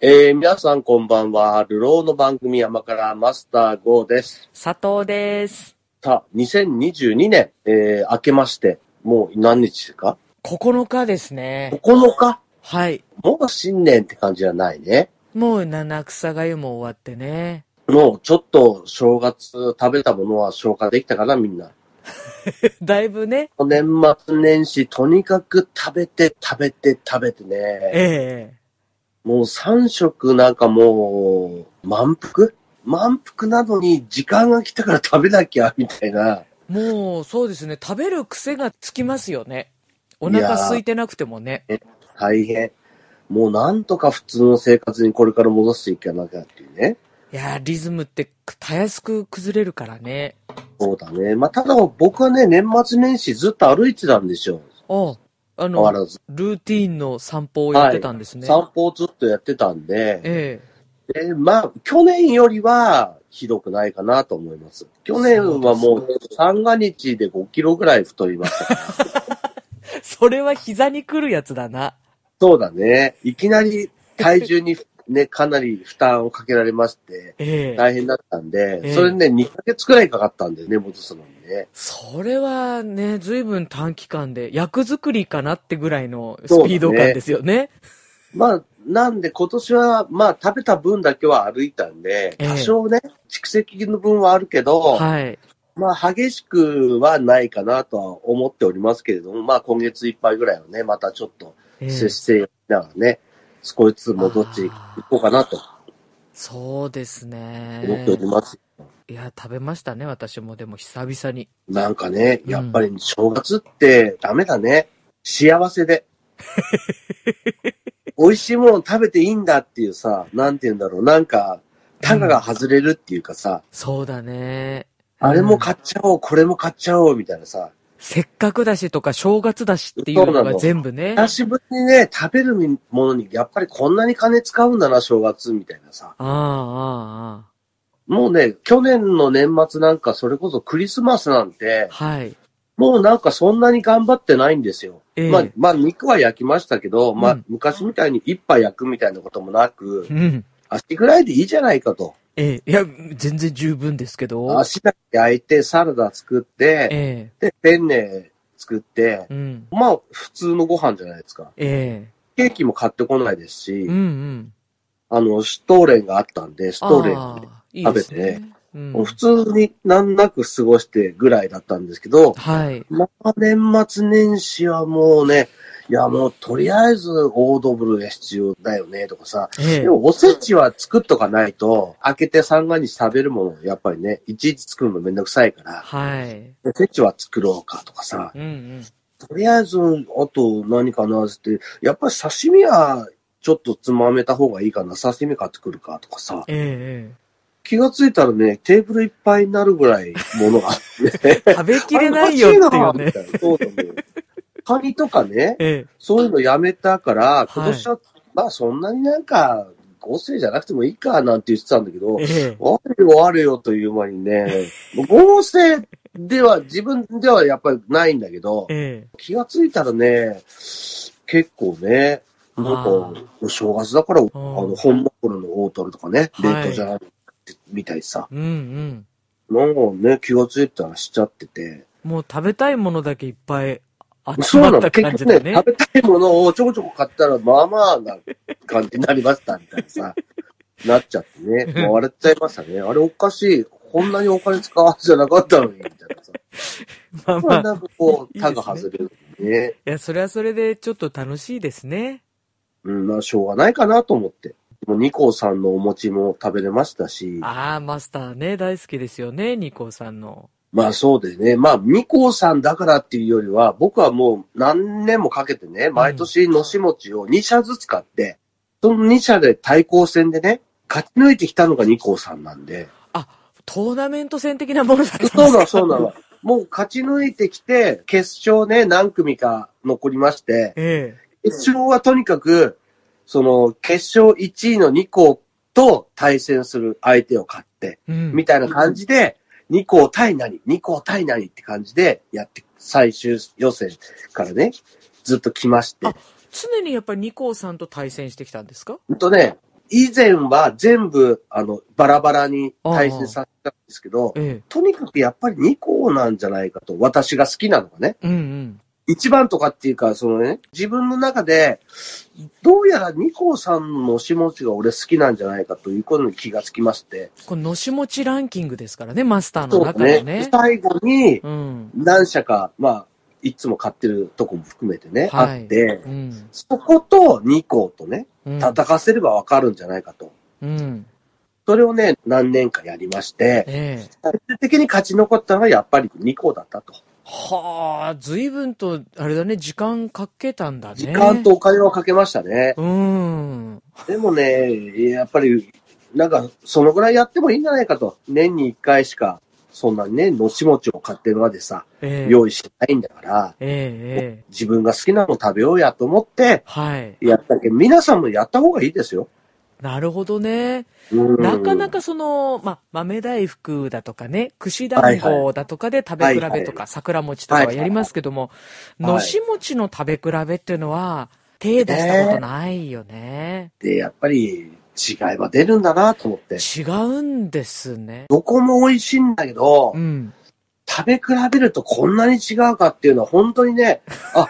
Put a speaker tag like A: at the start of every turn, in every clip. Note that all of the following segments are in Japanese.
A: えー、皆さんこんばんは。流浪の番組山からマスター GO です。
B: 佐藤です。
A: さあ、2022年、えー、明けまして、もう何日か
B: 9日ですね。
A: ?9 日
B: はい。
A: もう新年って感じじゃないね。
B: もう七草がゆも終わってね。
A: もうちょっと正月食べたものは消化できたかな、みんな。
B: だいぶね。
A: 年末年始、とにかく食べて、食べて、食べてね。
B: え
A: もう3食なんかもう、満腹満腹なのに時間が来たから食べなきゃ、みたいな。
B: えもうそうですね。食べる癖がつきますよね。お腹空いてなくてもね。
A: 大変。もうなんとか普通の生活にこれから戻していかなきゃっていうね。
B: いやーリズムってたやすく崩れるからね。
A: そうだね。まあ、ただ僕はね、年末年始ずっと歩いてたんですよ。
B: おあ
A: 変わら
B: の、
A: ず。
B: ルーティーンの散歩をやってたんですね。
A: 散歩をずっとやってたんで、
B: え
A: でまあ、去年よりはひどくないかなと思います。去年はもう三が日で5キロぐらい太りま した。
B: えそれは膝に来るやつだな。
A: そうだね。いきなり体重にね、かなり負担をかけられまして、
B: ええ
A: 大変だったんで、
B: え
A: それね、2ヶ月くらいかかったんでね、戻すのにね。
B: それはね、随分短期間で、役作りかなってぐらいのスピード
A: そうだね
B: 感ですよね。
A: まあ、なんで今年は、まあ、食べた分だけは歩いたんで、
B: ええ
A: 多少ね、蓄積の分はあるけど、
B: はい。
A: まあ、激しくはないかなとは思っておりますけれども、まあ、今月いっぱいぐらいはね、またちょっと
B: ええ
A: 節制をしながらね、少しずつ戻っていこうかなと
B: そうです
A: 思ってお
B: ね
A: り。ます。
B: いや、食べましたね、私も。でも、久々に。
A: なんかね、やっぱり正月ってダメだね。幸 せで。美味しいもの食べていいんだっていうさ、なんて言うんだろう、なんか、タガが外れるっていうかさ、
B: そうだね。
A: あれも
B: うん
A: 買っちゃおう、これも買っちゃおう、みたいなさ。
B: せっかくだしとか、正月だしっていう
A: そう
B: の
A: な
B: が
A: の
B: 全部ね。
A: 久しぶりにね、食べるものに、やっぱりこんなに金使うんだな、正月、みたいなさ。
B: ああ、あ
A: もうね、去年の年末なんか、それこそクリスマスなんて
B: あ、、はい。
A: もうなんかそんなに頑張ってないんですよ。
B: ええ
A: まあ、まあ、肉は焼きましたけど、ま
B: う
A: あ
B: ん、
A: 昔みたいに一杯焼くみたいなこともなく
B: う、ん。
A: 足ぐらいでいいじゃないかと。
B: ええいや、全然十分ですけど。
A: 足だけ焼いて、サラダ作って、
B: え
A: で、ペンネ作って
B: え、うん。
A: まあ、普通のご飯じゃないですか。
B: え
A: ケーキも買ってこないですし、
B: えうんうん。
A: あの、シュトーレンがあったんで、シュトーレン、
B: ああいいですね。
A: 食
B: うん
A: 普通に難なく過ごしてぐらいだったんですけど、
B: はい。
A: まあ、年末年始はもうね、いやもうとりあえずオードブルが必要だよねとかさ、
B: ええ
A: でもおせちは作っとかないと、開けて三が日食べるもの、やっぱりね、いちいち作るのめんどくさいから、
B: はい。
A: おせちは作ろうかとかさ、
B: うんうん。
A: とりあえず、あと何かなって、やっぱり刺身はちょっとつまめた方がいいかな、刺身買ってくるかとかさ、
B: ええ
A: 気がついたらね、テーブルいっぱいになるぐらいものがあって。
B: ええ食べきれないよっていうね。
A: あれおかしなみたいなそうだね。カニとかね、
B: ええ
A: そういうのやめたから
B: い、
A: 今年は、まあそんなになんか、合成じゃなくてもいいかなんて言ってたんだけど、
B: ええ
A: あれよあれよという間にね、合成では、自分ではやっぱりないんだけど、
B: え
A: 気がついたらね、結構ね、なんか、
B: あ
A: お正月だから、あ
B: う
A: の、
B: ん
A: 本マグロの大トロとかね、冷
B: はい
A: 凍じゃなくて、みたいさ。
B: えうんうん。
A: なんかね、気がついたらしちゃってて。
B: もう食べたいものだけいっぱい集
A: そうな
B: ま
A: の
B: った
A: 結
B: 感
A: 局
B: じだ
A: ね
B: ね。
A: 食べたいものをちょこちょこ買ったら、まあまあな感じになりました、みたい なさ。なっちゃってね。まあ、笑っちゃいましたね。あれおかしい。こんなにお金使うはずじゃなかったのに、みたいなさ。
B: まあま
A: まあ、
B: あ。
A: なんかこう、
B: いいで
A: タ
B: すね
A: が外れるね。
B: いや、それはそれでちょっと楽しいですね。
A: うん、まあ、しょうがないかなと思って。もう、ニコさんのお餅も食べれましたし、
B: ああ、マスターね、大好きですよね、ニコさんの。
A: まあそうでね、まあ、ニコさんだからっていうよりは、僕はもう何年もかけてね、毎年のし餅を2社ずつ買って、その2社で対抗戦でね、勝ち抜いてきたのがニコさんなんで、
B: トーナメント戦的なものだったんです
A: そうな
B: か
A: の、そう なの。もう勝ち抜いてきて、決勝ね、何組か残りまして、
B: え
A: 決勝はとにかく、その、決勝1位のニコと対戦する相手を買って、
B: え。うん
A: みたいな感じで、2校対何 ?2 校対何って感じでやって、最終予選からね、ずっと来まして。
B: あ常にやっぱりニコさんと対戦してきたんですか
A: ほんとね、以前は全部、あの、バラバラに対戦されたんですけど、
B: え
A: とにかくやっぱり2校なんじゃないかと、私が好きなのがね。
B: え。うんうん。
A: 一番とかっていうか、そのね、自分の中で、どうやら二校さんのもしもちが俺好きなんじゃないかということに気がつきまして、
B: これ、のしもちランキングですからね、マスターの
A: そう
B: 中の
A: ね
B: ね。
A: 最後に
B: うん。
A: 何社か、まあ、いつも買ってるとこも含めてね、
B: はい
A: あって、
B: うん。
A: そこと二校とね、
B: うん。
A: 叩かせればわかるんじゃないかと。
B: うん。
A: それをね、何年かやりまして、
B: ええ。
A: 最終的に勝ち残ったのはやっぱり二校だったと。
B: はあ、随分と、あれだね、時間かけたんだね。
A: 時間と。お金をかけましたね。
B: うん。
A: でもね、やっぱり、なんか、そのぐらいやってもいいんじゃないかと。年に一回しか、そんなにね、のちもちを買ってまでさ、
B: ええ。
A: 用意してないんだから、
B: ええ、ええ。
A: 自分が好きなの食べようやと思って、
B: はい。
A: やったけど、皆さんもやった方がいいですよ。
B: なるほどね。
A: うん
B: なかな。かその、ま、豆大福だとかね、串団子だとかで食べ比べ
A: はい
B: と
A: は
B: か、桜餅とかはやりますけども、
A: はい
B: のし餅の食べ比べっていうのは、手出したことないよね。
A: で、やっぱり、違いは出るんだなと思って。
B: 違うんですね。
A: どこも美味しいんだけど
B: う、ん。
A: 食べ比べるとこんなに違うかっていうのは本当に ね、あ、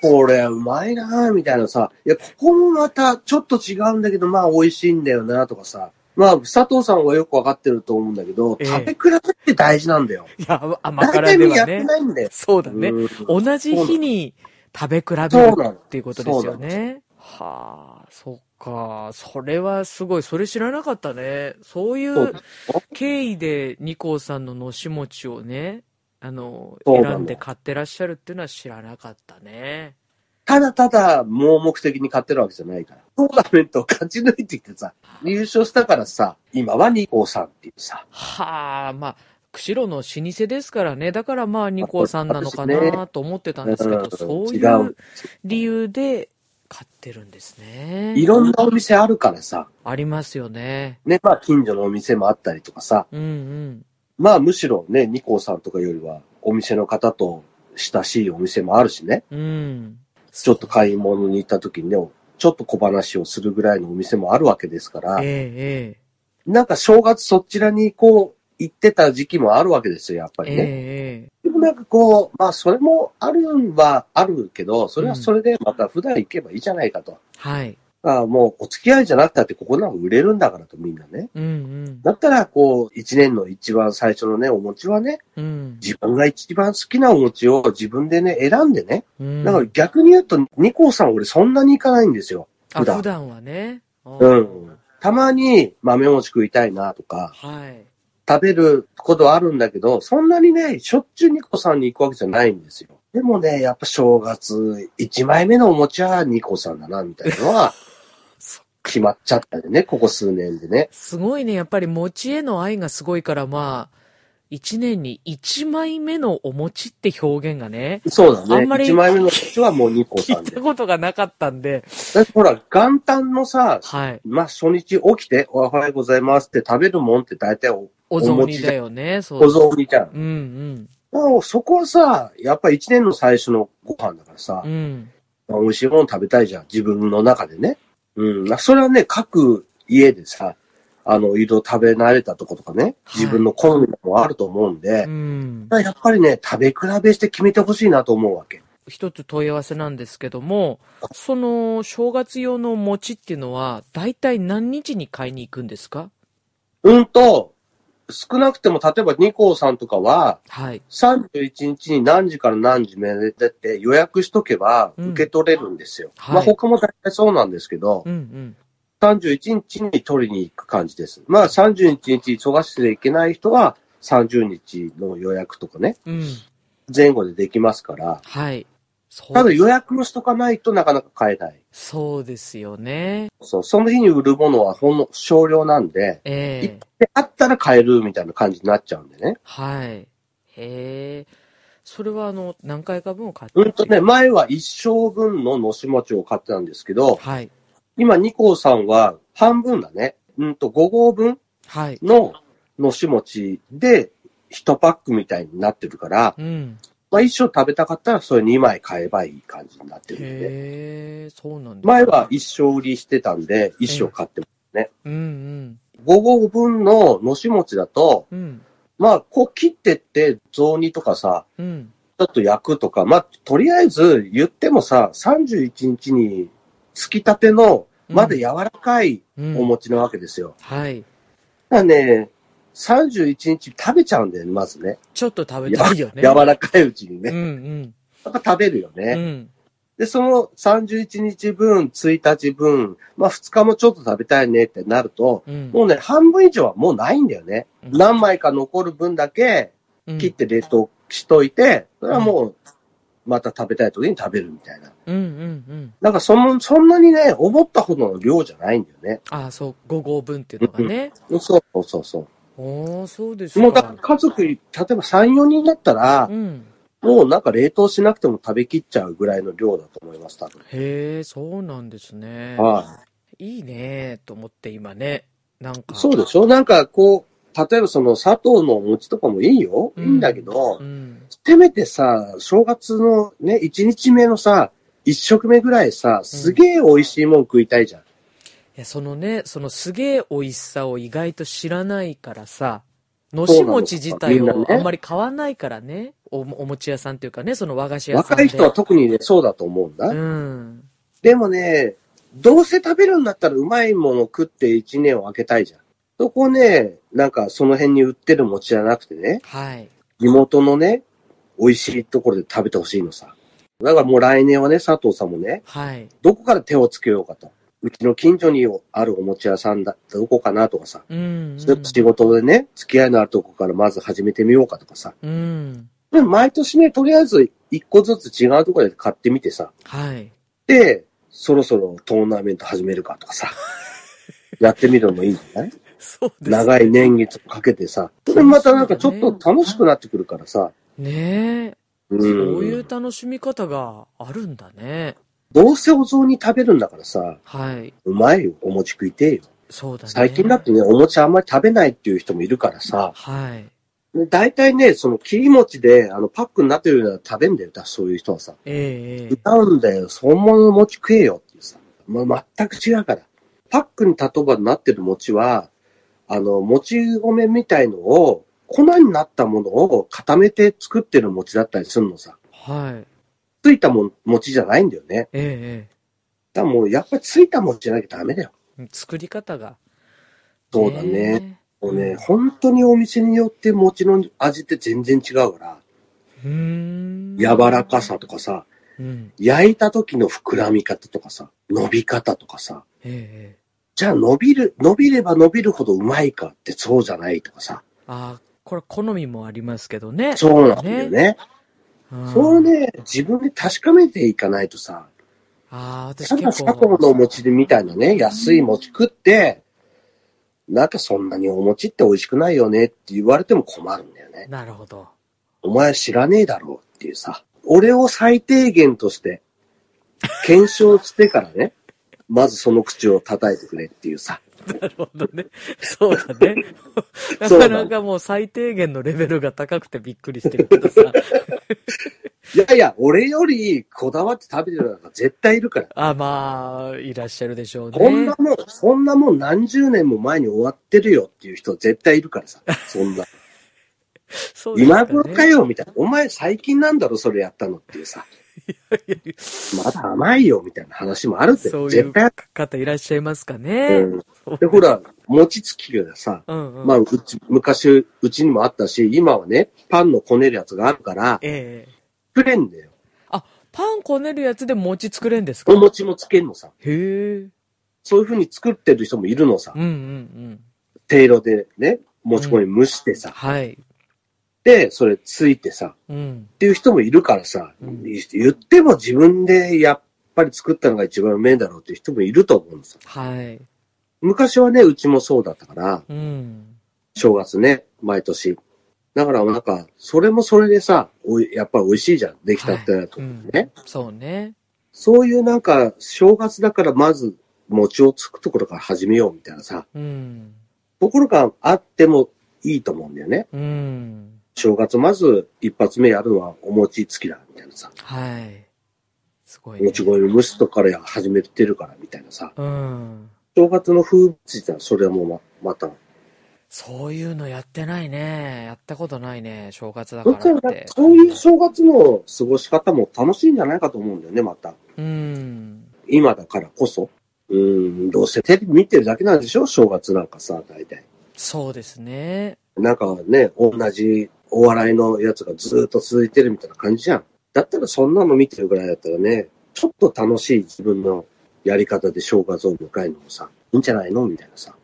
A: これうまいなぁみたいなさ、いや、ここもまたちょっと違うんだけど、まあ美味しいんだよなとかさ、まあ佐藤さんはよくわかってると思うんだけど、
B: ええ
A: 食べ比べって大事なんだよ。
B: いや、甘
A: 大
B: 辛
A: 体
B: で
A: みんなや
B: は
A: って
B: ね。
A: ないんだよ。
B: そうだね。
A: うん
B: 同じ日に食べ比べるっていうことですよね。はあ、そっか。それはすごい。それ知らなかったね。そうい
A: そう
B: う
A: だ
B: 経緯で二光さんののし餅をね、あの、
A: そうなの
B: 選んで買ってらっしゃるっていうのは知らなかったね。
A: ただただ盲目的に買ってるわけじゃないから。トーナメントを勝ち抜いてきてさ、優勝したからさ、今は二号さんっていうさ、
B: はあ、まあ、釧路の老舗ですからね。だからまあ二光さんなのかなと思ってたんですけ
A: う
B: ど、
A: ん
B: そうい
A: 違
B: う
A: う
B: 理由で買ってるんですね。
A: いろんなお店あるからさ、
B: ありますよね。
A: ね、まあ近所のお店もあったりとかさ、
B: うんうん。
A: まあむしろね、ニコさんとかよりはお店の方と親しいお店もあるしね、
B: うん。
A: ちょっと買い物に行った時にね、ちょっと小話をするぐらいのお店もあるわけですから
B: え、え
A: なんか正月そちらにこう行ってた時期もあるわけですよ、やっぱ
B: ええ
A: りね。
B: ええ
A: でもなんかこう、まあそれもあるんはあるけど、それはそれでまた普段行けばいいじゃないかと。
B: はい。
A: まあもうお付き合いじゃなくたってここなんか売れるんだからとみんなね。
B: うん
A: だったらこう、一年の一番最初のね、お餅はね、
B: うん。うん。
A: 自分が一番好きなお餅を自分でね、選んでね。
B: うん
A: だから逆に言うと、ニコさん俺そんなに行かないんですよ。
B: あ
A: 普段
B: 普段はね。あー
A: うん。たまに豆餅食いたいなとか、
B: はい。
A: 食べることはあるんだけど、そんなにね、しょっちゅうニコさんに行くわけじゃないんですよ。でもね、やっぱ正月、一枚目のお餅はニコさんだな、みたいなのは
B: そ、
A: 決まっちゃったんでね、ここ数年でね。
B: すごいね。やっぱり餅への愛がすごいから、まあ、一年に一枚目のお餅って表現がね、
A: そうだ
B: あ
A: ね。
B: んまり
A: 一枚目のお餅はもうニコ
B: 聞
A: さん
B: い
A: で
B: た。ことがなかったんで、
A: だってほら、元旦のさ、
B: はい。
A: まあ、初日起きて、おはようございますって食べるもんって大体お
B: お雑煮だよね、そう。
A: お雑煮じゃん。
B: うん
A: もうそこはさ、やっぱ一年の最初のご飯だからさ
B: うん。う、ん。
A: まあ美味しいもの食べたいじゃん。自分の中でね。うん。まあそれはね、各家でさ、あの、いろいろ食べ慣れたとことかね、
B: はい
A: 自分の好みもあると思うんで、
B: うん。
A: やっぱりね、食べ比べして決めてほしいなと思うわけ。
B: 一つ問い合わせなんですけども、その正月用の餅っていうのは、大体何日に買いに行くんですか
A: うんと、少なくても、例えばニコさんとかは、
B: はい。
A: 31日に何時から何時までって予約しとけば
B: うん
A: 受け取れるんですよ。
B: はい
A: まあ他も大体そうなんですけど、
B: うんうん。
A: 31日に取りに行く感じです。まあ31日忙しくていけない人は30日の予約とかね、
B: うん。
A: 前後でできますから、
B: はい。そう
A: ただ予約もしとかないとなかなか買えない。
B: そうですよね。
A: そう、その日に売るものはほんの少量なんで、
B: ええ
A: であったら買えるみたいな感じになっちゃうんでね。
B: はい。へえ。それはあの、何回か分を買って。
A: うんとね、。前は一生分ののし餅を買ってたんですけど、
B: はい。
A: 今、ニコさんは半分だね。うんと、5合分
B: はい。
A: ののし餅で1パックみたいになってるから、
B: うん。
A: まあ一生食べたかったらそれ2枚買えばいい感じになってるんで。
B: へえ、そうなんだ。
A: 前は一生売りしてたんで、一生買ってもね。
B: うん
A: 5合分ののし餅だと、
B: うん。うん。
A: まあ、こう切ってって、雑煮とかさ、
B: うん。
A: ちょっと焼くとか、まあ、とりあえず言ってもさ、31日に、つきたての、まだ柔らかい
B: うん
A: お餅なわけですよ。
B: はい。
A: だからね、31日食べちゃうんだよね、まずね。
B: ちょっと食べたいよね。
A: 柔らかいうちに
B: う
A: ね。
B: ん
A: やっぱ食べるよね。
B: うん。うん。
A: で、その31日分、1日分、まあ2日もちょっと食べたいねってなると、
B: うん。
A: もうね、半分以上はもうないんだよね。
B: うん
A: 何枚か残る分だけ
B: うん
A: 切って冷凍しといて、それはもう、また食べたい時に食べるみたいな。
B: うんうんうん。
A: なんかその、そんなにね、思ったほどの量じゃないんだよね。
B: ああ、そう、5合分っていうのがね。
A: そうそうそうそ
B: おおそうです
A: う。
B: か。
A: もうだから家族、例えば3、4人だったら
B: う、ん。
A: もうなんか冷凍しなくても食べきっちゃうぐらいの量だと思います、多分。
B: へえ、そうなんですね。
A: はい
B: いねと思って今ね。なんか。
A: そうでしょなんかこう、例えばその砂糖のお餅とかもいいよ。いいんだけど、
B: うん。
A: せめてさ、正月のね、1日目のさ、1食目ぐらいさ、すげえ美味しいもん食いたいじゃん。
B: いや、そのね、そのすげえ美味しさを意外と知らないからさ、の
A: そう
B: し
A: なの
B: 餅自体
A: みんなね
B: をあんまり買わないからね。お、お餅屋さんっていうかね、その和菓子屋さん
A: 若
B: で。
A: い人は特にね、そうだと思うんだ。
B: うん。
A: でもね、どうせ食べるんだったらうまいもの食って1年を空けたいじゃん。そこね、なんかその辺に売ってる餅じゃなくてね、
B: はい。
A: 地元のね、美味しいところで食べてほしいのさ。だからもう来年はね、佐藤さんもね、
B: はい。
A: どこから手をつけようかと。うちの近所にあるお餅屋さんだ、どこかなとかさ。
B: うん、うん。
A: ちょっと仕事でね、付き合いのあるとこからまず始めてみようかとかさ。
B: うん。
A: で毎年ね、とりあえず一個ずつ違うところで買ってみてさ。
B: はい。
A: で、そろそろトーナメント始めるかと かさ。やってみるのもいいんじゃない
B: そうです。
A: 長い年月をかけてさ。それまたなんかちょっと楽しくなってくるからさ。
B: ねえ。
A: うん。
B: そういう楽しみ方があるんだね。
A: どうせお雑煮食べるんだからさ、
B: はい。
A: うまいよ。お餅食いてえよ。
B: そうだね。
A: 最近だってね、お餅あんまり食べないっていう人もいるからさ。
B: はい。
A: で大体ね、その切り餅で、あの、パックになってるようなの食べんだよ、だそういう人はさ。
B: ええええ
A: 歌うんだよ、本物の餅食えよっていうさ。まあ、全く違うから。パックに例えばなってる餅は、あの、もち米みたいのを、粉になったものを固めて作ってる餅だったりするのさ。
B: はい。
A: ついたもん餅じゃないんだよね。
B: ええ
A: だからもう、やっぱりついた餅じゃなきゃダメだよ。
B: ええ作り方が。
A: そうだね。
B: ね
A: もうね、本当にお店によって餅の味って全然違うから、
B: え。うーん。
A: 柔らか。さとかさ、
B: うん。
A: 焼いた時の膨らみ方とかさ、伸び方とかさ、
B: ええええ
A: じゃあ伸びる、伸びれば伸びるほどうまいかってそうじゃないとかさ、
B: ああ、これ好みもありますけどね。
A: そうなんだよね。
B: うん
A: それを。ね、自分で確かめていかないとさ、
B: ああ、私
A: ただ
B: 結
A: 佐藤のお
B: 構。
A: 餅でみたいなね、安い餅食って、なんかそんなにお餅って美味しくないよねって言われても困るんだよね。
B: なるほど。
A: お前知らねえだろうっていうさ、俺を最低限として、検証してからね、まずその口を叩いてくれっていうさ。
B: なるほどね。そうだ ね。な
A: そう
B: か
A: だ
B: なかもう最低限のレベルが高くてびっくりしてるけどさ。
A: いやいや、俺よりこだわって食べてる方が絶対いるから。
B: ああ、まあ、いらっしゃるでしょうね。
A: こんなもん、そんなもん何十年も前に終わってるよっていう人絶対いるからさ。そ んな。
B: そうです
A: 今頃か
B: ね。
A: よ、みたいな。お前最近なんだろ、それやったのっていうさ。まだ甘いよ、みたいな話もあるって。
B: そういう
A: 絶対あ
B: 方いらっしゃいますか
A: る。
B: ね。
A: うん。で、ほら、餅つきがさ、
B: うんうん。
A: まあ、うち、昔、うちにもあったし、今はね、パンのこねるやつがあるから、
B: ええ
A: 作れんだよ。
B: あ、パンこねるやつで餅作れんですか
A: お餅もつけんのさ。
B: へえ。
A: そういう風に作ってる人もいるのさ
B: うんうんう。ん。
A: 低炉でね、餅粉に蒸してさ。
B: はい。
A: で、それついてさ、
B: うん。
A: っていう人もいるからさ、
B: うん
A: 言っても自分でやっぱり作ったのが一番うめえんだろうっていう人もいると思うんですよ。
B: はい。
A: 昔はね、うちもそうだったから、
B: うん。
A: 正月ね、毎年。だからなんか、それもそれでさ、おいやっぱり美味しいじゃん。できたってと、
B: うん
A: ね。
B: そうね。
A: そういうなんか、正月だからまず餅をつくところから始めようみたいなさ、
B: うん。
A: ところがあってもいいと思うんだよね。
B: うん。
A: 正月まず一発目やるのはお餅つきだ、みたいなさ。
B: はい。すごい、ね。
A: もち米の蒸すとこから始めてるからみたいなさ。
B: うん。
A: 正月の風物詩だ、それはもうままた。
B: そういうのやってないね。やったことないね。正月だか
A: だから
B: っ
A: ら
B: て。
A: そういう正月の過ごし方も楽しいんじゃないかと思うんだよね、また。
B: うん。
A: 今だからこそ。うん、どうせテレビ見てるだけなんでしょ正月なんかさ、大体。
B: そうですね。
A: なんかね、同じお笑いのやつがずっと続いてるみたいな感じじゃん。だったらそんなの見てるぐらいだったらね、ちょっと楽しい自分のやり方で正月を迎えるのもさ、いいんじゃないのみたいなさ。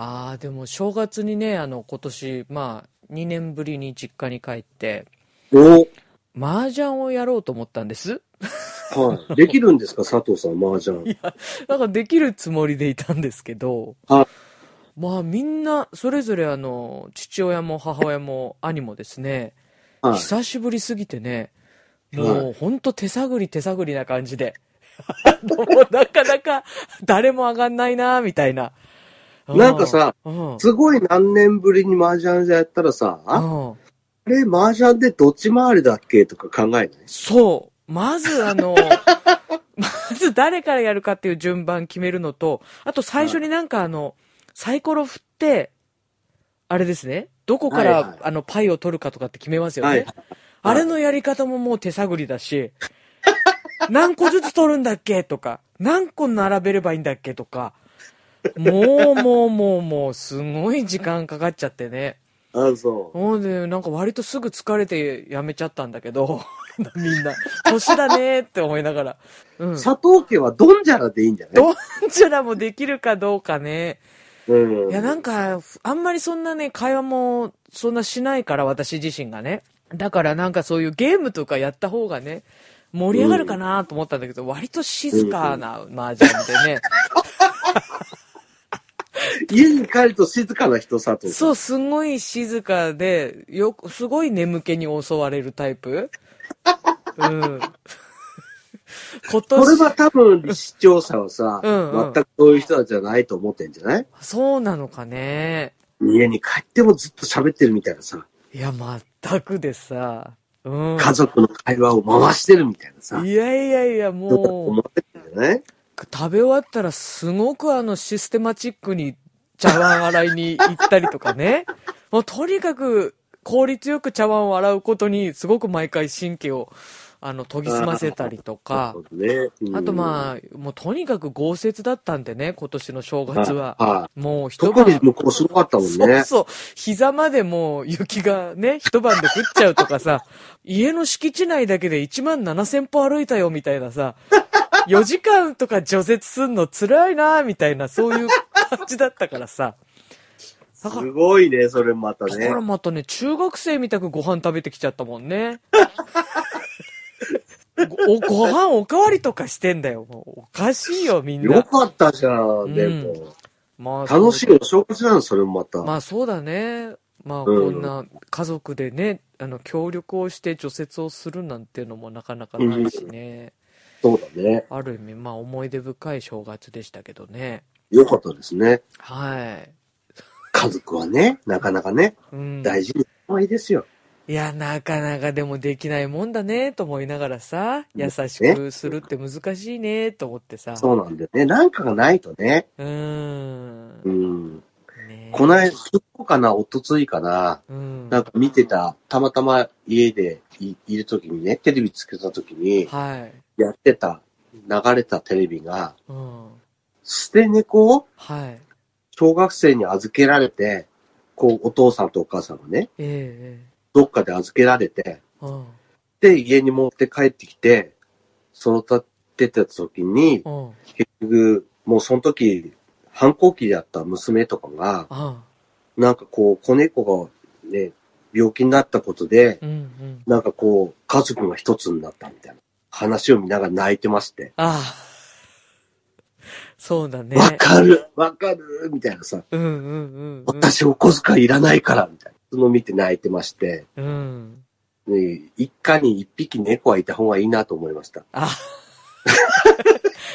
B: ああ、でも正月にね、あの、今年、まあ、2年ぶりに実家に帰って、
A: お
B: 麻雀をやろうと思ったんです。
A: はい。できるんですか佐藤さん、麻雀。
B: なんかできるつもりでいたんですけど
A: はい、
B: まあみんな、それぞれあの、父親も母親も兄もですね、
A: はい。
B: 久しぶりすぎてね、
A: は
B: もうほんと手探り手探りな感じで、 あのもうなかなか誰も上がんないな、みたいな。う
A: なんかさ、
B: うん、うん。
A: すごい何年ぶりに麻雀やったらさ、あれ、麻雀でどっち回りだっけとか考えない
B: そう。まずあの、 まず誰からやるかっていう順番決めるのと、あと最初になんかあの、サイコロ振って、あれですね、どこから、
A: はいはい
B: あの、パイを取るかとかって決めますよね。
A: はい。
B: あれのやり方ももう手探りだし、 何個ずつ取るんだっけとか、何個並べればいいんだっけとか、もうもうもうもう、すごい時間かかっちゃってね。
A: あ、そう。
B: ほんで、なんか割とすぐ疲れてやめちゃったんだけ ど、みんな、年だねーって思いながら。うん。
A: 佐藤家はドンジャラでいいんじゃない
B: どんちゃらもできるかどうかね。
A: うん。
B: いや、なんか、あんまりそんなね、会話もそんなしないから、私自身がね。だからなんかそういうゲームとかやった方がね、盛り上がるかなと思ったんだけど、割と静かな麻雀でね。
A: 家に帰ると静かな人、佐藤さん。
B: そう、すごい静かで、よく、すごい眠気に襲われるタイプ。 うん。今
A: これ
B: 年、
A: は多分、視聴者はさ、
B: うんうん
A: 全くそういう人たちじゃないと思ってんじゃない
B: そうなのかね。
A: 家に帰ってもずっと喋ってるみたいなさ、
B: いや、全くでさ。うん。
A: 家族の会話を回してるみたいなさ、
B: いやいやいや、
A: 人だと
B: も
A: 思
B: う、
A: ってるんじゃない
B: 食べ終わったらすごくあの、システマチックに茶碗洗いに行ったりとかね。 もうとにかく、効率よく茶碗を洗うことに、すごく毎回神経を、あの、研ぎ澄ませたりとか。
A: ね。うん
B: あとまあ、もうとにかく豪雪だったんでね、今年の正月は。
A: は
B: もう
A: い。
B: 一
A: 特
B: 晩。
A: に向こうすごかったもん
B: そう
A: ね。
B: そう。膝までもう雪がね、 一晩で降っちゃうとかさ、家の敷地内だけで1万7000歩歩いたよみたいなさ、4時間とか除雪すんの辛いなみたいな、そういう感じだったからさ。だから
A: すごいね、それまた
B: だ
A: ね
B: か。らまたね、中学生みたくご飯食べてきちゃったもん ね。ごおご飯おかわりとかしてんだよ。もうおかしいよ、みん
A: よ
B: な。
A: かったじゃん、で
B: う
A: も。
B: まあ、
A: 楽しい
B: そう
A: お正月なの、それもまた。
B: まあそうだね。まあ、
A: うん
B: こんな家族でね、あの、協力をして除雪をするなんていうのもなかなか
A: うん
B: ないしね。
A: そうだね。
B: ある意味、まあ思い出深い正月でしたけどね。
A: よかったですね。
B: はい。
A: 家族はね、なかなかね、
B: うん。
A: 大事にした方がいいですよ。
B: いや、なかなかでもできないもんだね、と思いながらさ、優しくするって難しいね、と思ってさ。
A: そうなんだよね。なんかがないとね。
B: うーん。
A: うん。
B: ね
A: こない、そうかな、おとついかな。
B: うん。
A: なんか見てた、たまたま家でいいるときにね、テレビつけたときに、
B: はい。
A: やってた、流れたテレビが、
B: うん。
A: 捨て猫を
B: はい。
A: 小学生に預けられて、こう、お父さんとお母さんがね、
B: えええ
A: どっかで預けられて、
B: えうん。
A: で、家に持って帰ってきて、育ててた時に、
B: うん。
A: 結局、もうその時、反抗期だった娘とかが、
B: あ
A: なんかこう、子猫がね、病気になったことで、
B: うんうん。
A: なんかこう、家族が一つになったみたいな話を見ながら泣いてまして。
B: ああ。そうだね。
A: わかるわかるみたいなさ、
B: うんうんうんうん。
A: 私お小遣いいらないからみたいな。その見て泣いてまして、
B: うん。
A: ね、一家に一匹猫はいた方がいいなと思いました。
B: あ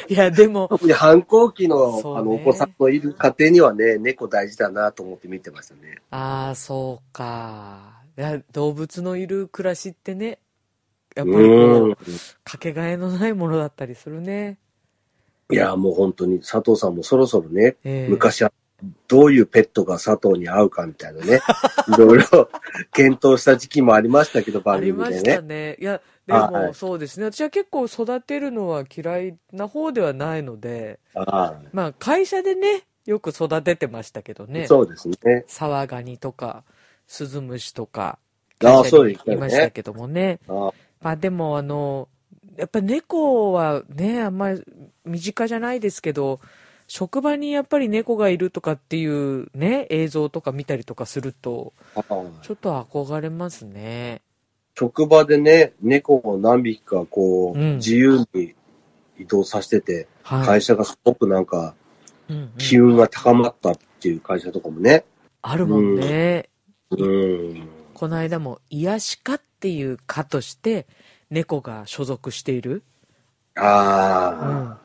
B: いや、でも、
A: 特に反抗期の,、
B: そうね
A: あのお子さんのいる家庭にはね、猫大事だなと思って見てましたね。
B: ああ、そうか。いや、動物のいる暮らしってね、やっぱりこう
A: う、ん。
B: かけがえのないものだったりするね。
A: いや、もう本当に佐藤さんもそろそろね、
B: ええ
A: 昔はどういうペットが佐藤に合うかみたい なね、いろいろ 検討した時期もありましたけど、
B: あ
A: 番
B: り
A: 組
B: ま
A: で
B: した
A: ね。
B: ね。いや、で
A: あは
B: も
A: い
B: そうですね。私は結構育てるのは嫌いな方ではないので、
A: あ
B: まあ会社でね、よく育ててましたけど
A: あ
B: ね。
A: そうですね。
B: サワガニとか、スズムシとか、
A: ああ、
B: 会社
A: そう
B: に
A: でした
B: いました
A: ね。
B: けどもね。
A: あ
B: まあでもあの、やっぱ猫はね、あんまり身近じゃないですけど、職場にやっぱり猫がいるとかっていうね、映像とか見たりとかすると、
A: あ
B: ちょっと憧れますね。
A: 職場でね、猫を何匹かこ
B: う
A: う、
B: ん
A: 自由に移動させてて、
B: はい。
A: 会社がすごくなんか、
B: うんうん
A: 機運が高まったっていう会社とかもね。
B: あるもんね。
A: うん。
B: この間も、癒し家っていう家として、猫が所属している。う
A: あ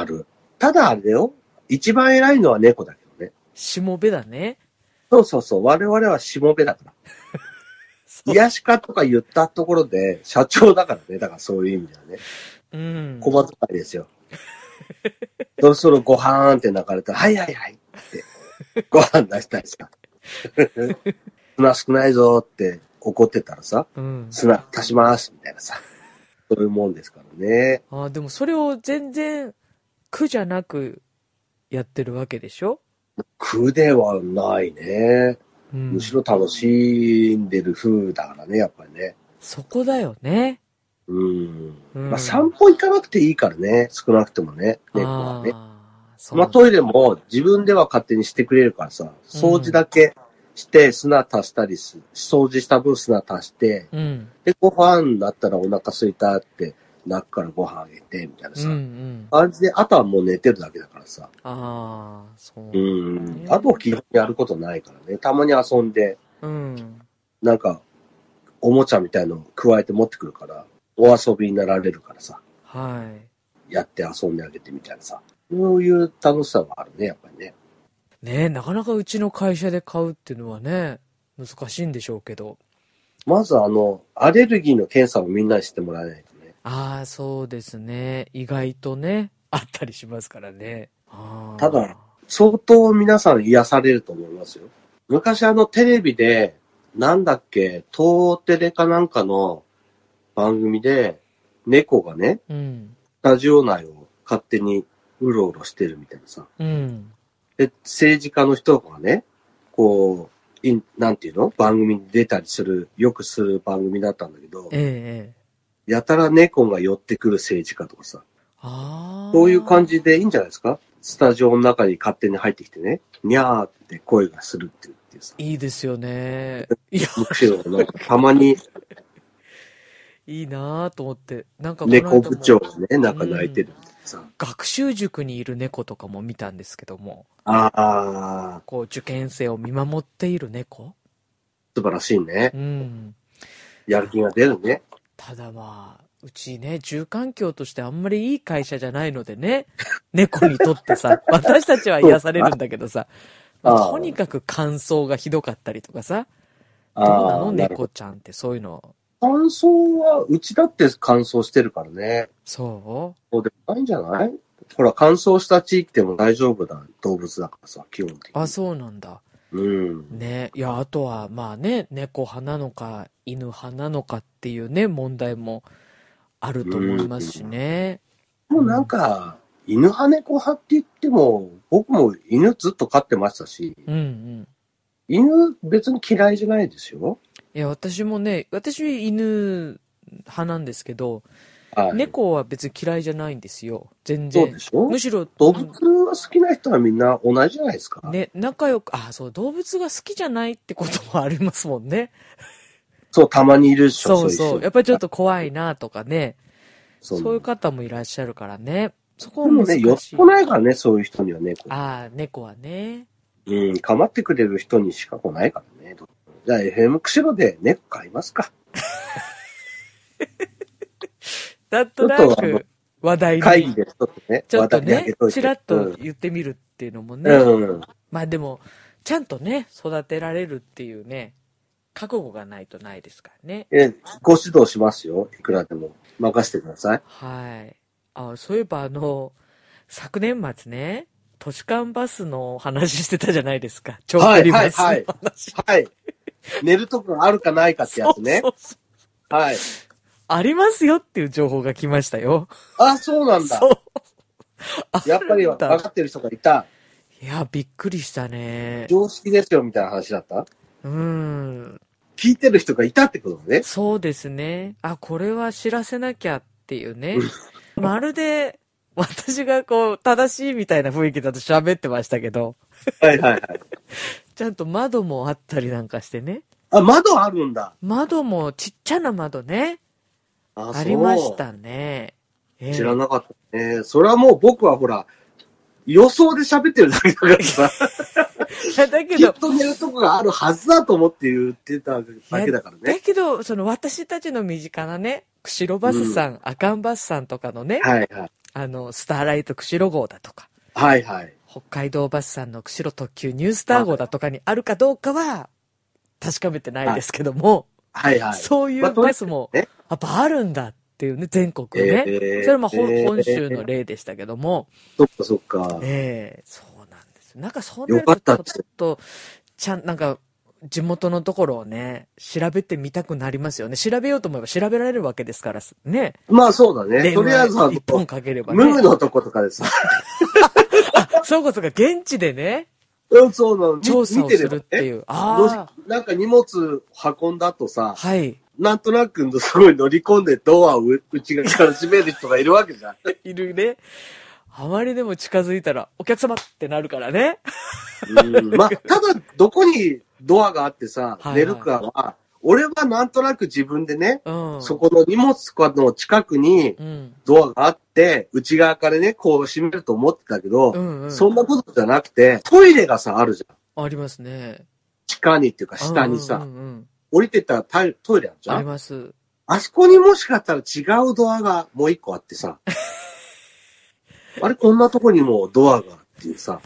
B: ん。
A: ある。ただあれだよ、一番偉いのは猫だけどね。
B: しもべだね。
A: そうそうそう、我々はしもべだから。
B: そう
A: 癒し家とか言ったところで、社長だからね、だからそういう意味ではね、
B: うん。
A: 小松会ですよ。そろそろご飯って泣かれたら、はいはいはいって、ご飯出したりさ、砂少ないぞって怒ってたらさ、
B: うん。
A: 砂足しますみたいなさ、そういうもんですからね。
B: あーでもそれを全然苦じゃなくやってるわけでしょ、
A: 苦ではないね。
B: うん
A: むしろ楽しんでる風だからね、やっぱりね。
B: そこだよね。
A: うん。
B: うん
A: まあ散歩行かなくていいからね、少なくてもね、猫はね。
B: あーそう
A: まあトイレも自分では勝手にしてくれるからさ、掃除だけして砂足したりす、掃除した分砂足して、
B: うん。
A: で、ご飯になったらお腹空いたって、泣くからご飯あげて、みたいな
B: うん
A: さ。
B: うん。
A: 感じで、あとはもう寝てるだけだからさ。
B: ああ、そう
A: う。ん。あとは基本やることないからね。たまに遊んで、
B: うん。
A: なんか、おもちゃみたいのを加えて持ってくるから、お遊びになられるからさ、
B: はい。
A: やって遊んであげてみたいなさ、そういう楽しさはあるね、やっぱりね。
B: ねえなかなかうちの会社で買うっていうのはね、難しいんでしょうけど。
A: まずあの、アレルギーの検査をみんなにしてもらえないとね。
B: ああ、そうですね。意外とね、あったりしますからね。あー
A: ただ、相当皆さん癒されると思いますよ。昔あのテレビで、なんだっけ、東テレかなんかの番組で、猫がね、
B: うん。
A: スタジオ内を勝手にうろうろしてるみたいなさ。
B: うん。
A: で、政治家の人がね、こう、いんなんていうの番組に出たりする、よくする番組だったんだけど
B: え、えええ。
A: やたら猫が寄ってくる政治家とかさ、
B: ああ。
A: そういう感じでいいんじゃないですかスタジオの中に勝手に入ってきてね、にゃーって声がするっていうっていうさ、
B: いいですよね。いや、
A: むしろなんかた まに
B: いいなぁと思って。なんかこの間も
A: 猫部長がね、なんか泣いてるみたいなさ、
B: 学習塾にいる猫とかも見たんですけども、
A: ああ
B: こう受験生を見守っている猫
A: ー、素晴らしいね
B: う。ん。
A: やる気が出るね。
B: ただまあ、うちね、住環境としてあんまりいい会社じゃないのでね、猫にとって さ、私たちは癒されるんだけどさ、
A: そうか
B: とにかく乾燥がひどかったりとかさ、どうな
A: あ
B: の
A: あ、なるほ
B: 猫
A: ど。
B: ちゃんってそういうの、
A: 乾燥は、うちだって乾燥してるからね。
B: そ
A: そうでもないんじゃないほら、乾燥した地域でも大丈夫な動物だからさ、基本的
B: う
A: に。
B: あ、そうなんだ。
A: うん。
B: ね、いや、あとは、まあね、猫派なのか、犬派なのかっていうね、問題もあると思いますしね。
A: もうなんか、犬派猫派って言っても、僕も犬ずっと飼ってましたし、
B: うんうん。
A: 犬別に嫌いじゃないですよ。
B: いや、私もね、私犬派なんですけど、
A: はい。
B: 猫は別に嫌いじゃないんですよ。全
A: そうで
B: 然。
A: しょ
B: むしろ、
A: 動物が好きな人はみんな同じじゃないですか。
B: ね、仲良く、あ、そう、動物が好きじゃないってこともありますもんね。
A: そう、たまにいるでしょ、
B: そう
A: い
B: そう。
A: 人
B: やっぱりちょっと怖いなとかね、
A: そ
B: そう
A: う
B: いう方もいらっしゃるからね。そこ
A: で
B: は
A: も
B: 難
A: ね、
B: しい。
A: よっこないからね、そういう人には猫。
B: ああ、猫はね。
A: うん、構ってくれる人にしか来ないからね。じゃあ、FM 釧路で猫飼いますか。
B: なんとな
A: ちょっとあの
B: く話題
A: 会議
B: に
A: でちょっとね、
B: ちょっと
A: 渡り上
B: ね
A: げとい、て
B: ちらっと
A: うん
B: 言ってみるっていうのもね。
A: うん。
B: まあでも、ちゃんとね、育てられるっていうね、覚悟がないとないですからね。
A: え、ご指導しますよ。いくらでも。任せてください。
B: はい。あ、そういえばあの、昨年末ね、都市間バスの話してたじゃないですか。長
A: は
B: 距
A: い
B: 離バスの
A: はい
B: 話。
A: はい。寝るとこがあるかないかってやつね
B: そ。うそうそう
A: はい。
B: ありますよっていう情報が来ましたよ。
A: あ、そうなんだ。
B: そう。
A: やっぱり
B: ある
A: 分
B: んだ
A: かってる人がいた。
B: いや、びっくりしたね。
A: 常識ですよみたいな話だった
B: うん。
A: 聞いてる人がいたってことね。
B: そうですね。あ、これは知らせなきゃっていうね。まるで、私がこう、正しいみたいな雰囲気だと喋ってましたけど、
A: はいはいはい。
B: ちゃんと窓もあったりなんかしてね。
A: あ、窓あるんだ。
B: 窓もちっちゃな窓ね。
A: あ
B: あ
A: そう
B: りましたね。ええ
A: 知らなかったね。それはもう僕はほら、予想で喋ってるだけだからさ、
B: いやだけ
A: きっ
B: ど、
A: と寝るとこがあるはずだと思って言ってただけだから
B: だ
A: ね。
B: けど、その私たちの身近なね、釧路バスさん、阿寒バスさんとかのね、
A: はいはい。
B: あの、スターライト釧路号だとか、
A: はいはい。
B: 北海道バスさんの釧路特急ニュースター号だとかにあるかどうかは、確かめてないですけども、
A: はいはい。
B: そうい
A: まあ
B: う
A: とりあ
B: バ
A: え
B: スも、
A: ね
B: やっぱあるんだっていうね、全国ね。
A: えー
B: それはまあ、ほん
A: えー
B: 本州の例でしたけども、
A: そっかそっか。
B: ええそうなんです。なんかそうなる
A: よかった
B: と、
A: っす
B: ちょっと、ちゃん、なんか、地元のところをね、調べてみたくなりますよね。調べようと思えば調べられるわけですからす、ね。
A: まあそうだね。
B: 電
A: とりあえずは
B: 話、一本かければ
A: ムー
B: ね。
A: のとことかです。
B: そうかそうか、現地でね、
A: うん、そうなの。み
B: 調査
A: 見
B: を
A: て
B: す
A: れ
B: る
A: ば
B: って
A: ね。
B: いう。
A: もし
B: ああ、
A: なんか荷物運んだとさ、
B: はい。
A: なんとなくすごい乗り込んでドアを内側から閉める人がいるわけじゃん。
B: いるね。あまりでも近づいたら、お客様ってなるからね。
A: うんまあ、ただ、どこにドアがあってさ
B: い、はい
A: 寝るかは、俺はなんとなく自分でね、
B: うん。
A: そこの荷物とかの近くに
B: うん。
A: ドアがあって、内側からね、こう閉めると思ってたけ
B: う
A: ど、
B: ん、うん。
A: そんなことじゃなくて、トイレがさ、あるじゃん。
B: ありますね。
A: 地下にっていうか、下にさ
B: うん、うんうん
A: 降りてったらタイトイレあるじ
B: あ
A: ゃ
B: り
A: ん。
B: ます。
A: あそこにもしかしたら違うドアがもう一個あって さ、あれ、こんなとこにもドアがっていうさ、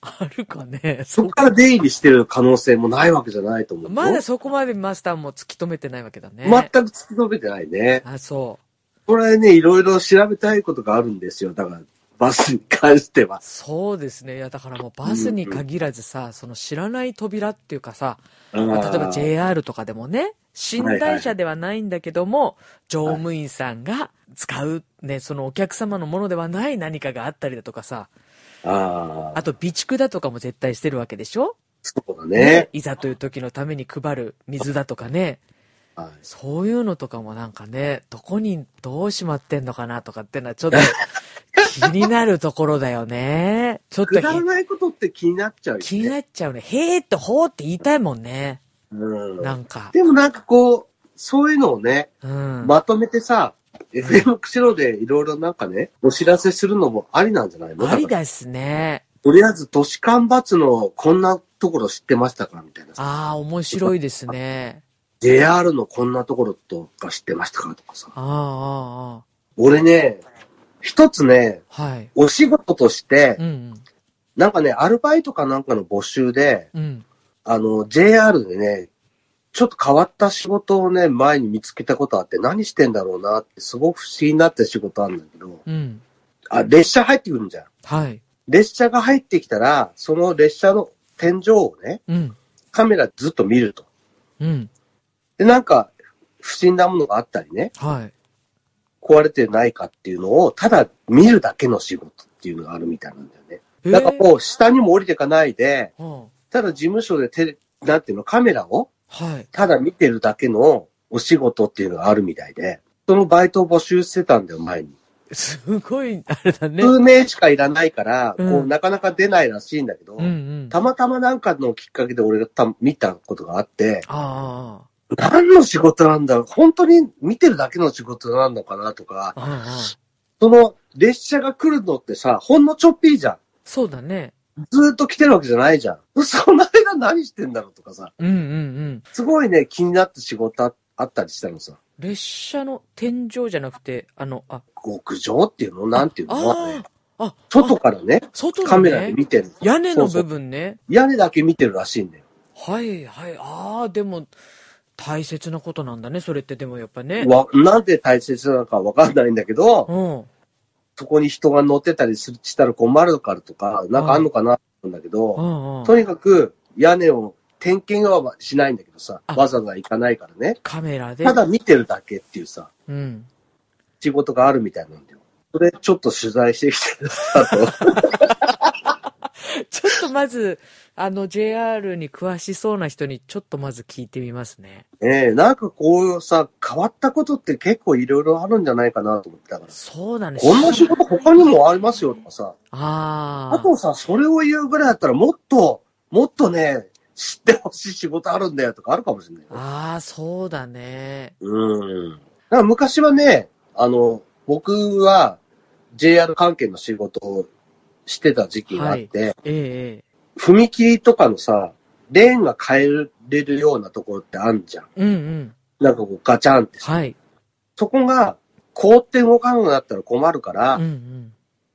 B: あるかね。
A: そこから出入りしてる可能性もないわけじゃないと思うよ。
B: まだそこまでマスターも突き止めてないわけだね。
A: 全く突き止めてないね。
B: あ、そう。
A: これね、いろいろ調べたいことがあるんですよ。だから、バスに関しては。
B: そうですね。いや、だからもうバスに限らずさ、その知らない扉っていうかさ、
A: 例え
B: まあ例えば JR とかでもね、寝台車ではないんだけども、乗務員さんが使う、ね、そのお客様のものではない何かがあったりだとかさ、
A: あ
B: あ
A: あ、
B: と備蓄だとかも絶対してるわけでしょ
A: そうだね。
B: いざという時のために配る水だとかね。
A: は
B: そういうのとかもなんかね、どこにどうしまってんのかなとかってのはちょ っと気になるところだよね。ちょっ
A: い。く
B: と
A: だらないことって気になっちゃうよね。
B: 気になっちゃうね。へーってほーって言いたいもんね。
A: うん。
B: なんか。
A: でもなんかこう、そういうのをね、
B: うん。
A: まとめてさ、FM 釧路でいろいろなんかね、お知らせするのもありなんじゃないの
B: あり
A: だから
B: だっすね。
A: とりあえず都市間伐のこんなところ知ってましたかみたいなさ。
B: ああ、面白いですね。
A: JR のこんなところとか知ってましたかとかさ。
B: ああ、あ
A: 俺ね、一つね、
B: あ、ああ。はい。
A: お仕事として
B: う、ん
A: なんかね、アルバイトかなんかの募集で、
B: うん。うん。
A: あの、JR でね、ちょっと変わった仕事をね、前に見つけたことあって、何してんだろうなって、すごく不思議になった仕事あるんだけど、
B: うん。
A: あ、列車入ってくるんじゃん。
B: はい。
A: 列車が入ってきたら、その列車の天井をね、
B: うん。
A: カメラずっと見ると。
B: うん。
A: で、なんか、不審なものがあったりね、
B: はい。
A: 壊れてないかっていうのを、ただ見るだけの仕事っていうのがあるみたいなんだよね。なんかこう、下にも降りていかないで、
B: う。うん。
A: ただ事務所でテレ、なんていうの、カメラを
B: はい。
A: ただ見てるだけのお仕事っていうのがあるみたいで、そのバイトを募集してたんだよ、前に。
B: すごい、あれだね。うん
A: 数名しかいらないから、
B: うん
A: こう、なかなか出ないらしいんだけど、
B: うん。あ
A: たまたまなんかのきっかけで俺がた見たことがあって、
B: あ、
A: 何の仕事なんだろう本当に見てるだけの仕事なんのかなとか
B: ああ、ああ。
A: その列車が来るのってさ、ほんのちょっぴりじゃん。
B: そうだね。
A: ずーっと来てるわけじゃないじゃん。その間何してんだろうとかさ、
B: うんうんうん。
A: すごいね、気になった仕事ああったりしたのさ。
B: 列車の天井じゃなくて、あの、あ、
A: 屋上っていうのなんていうの
B: ああ、あ、
A: 外からね、
B: あ、外
A: カ
B: の
A: メラで
B: ね、
A: 見てる。
B: 屋根の
A: そう
B: 部
A: そう
B: 分ね。
A: 屋根だけ見てるらしいんだよ。
B: はいはい。ああ、でも、大切なことなんだね。それってでもやっぱね。
A: わなんで大切なのかわかんないんだけど、
B: うん。
A: そこに人が乗ってたりするしたら困るからとか、なんかあんのかなと思うんだけ
B: う
A: ど、
B: んうん。
A: とにかく屋根を点検はしないんだけどさ、
B: あ
A: わざわざ行かないからね。
B: カメラで。
A: ただ見てるだけっていうさ、
B: うん。
A: 仕事があるみたいなんだよ。それちょっと取材してきて たと。
B: ちょっとまず、あの JR に詳しそうな人にちょっとまず聞いてみますね。
A: ええなんかこういうさ、変わったことって結構いろいろあるんじゃないかなと思ってたから。
B: そうなんです
A: こんな仕事他にもありますよとかさ。
B: あ
A: あとさ、それを言うぐらいだったらもっと、もっとね、知ってほしい仕事あるんだよとかあるかもしれない
B: あ。。ああ、そうだね。
A: うん。だから昔はね、あの、僕は JR 関係の仕事をしてた時期があって、
B: え
A: 踏切とかのさ、レーンが変えれるようなところってあんじゃん。
B: え。うんうん。
A: なんかこうガチャンってさ。
B: はい。
A: そこが凍って動かなくなったら困るから、
B: うんうん。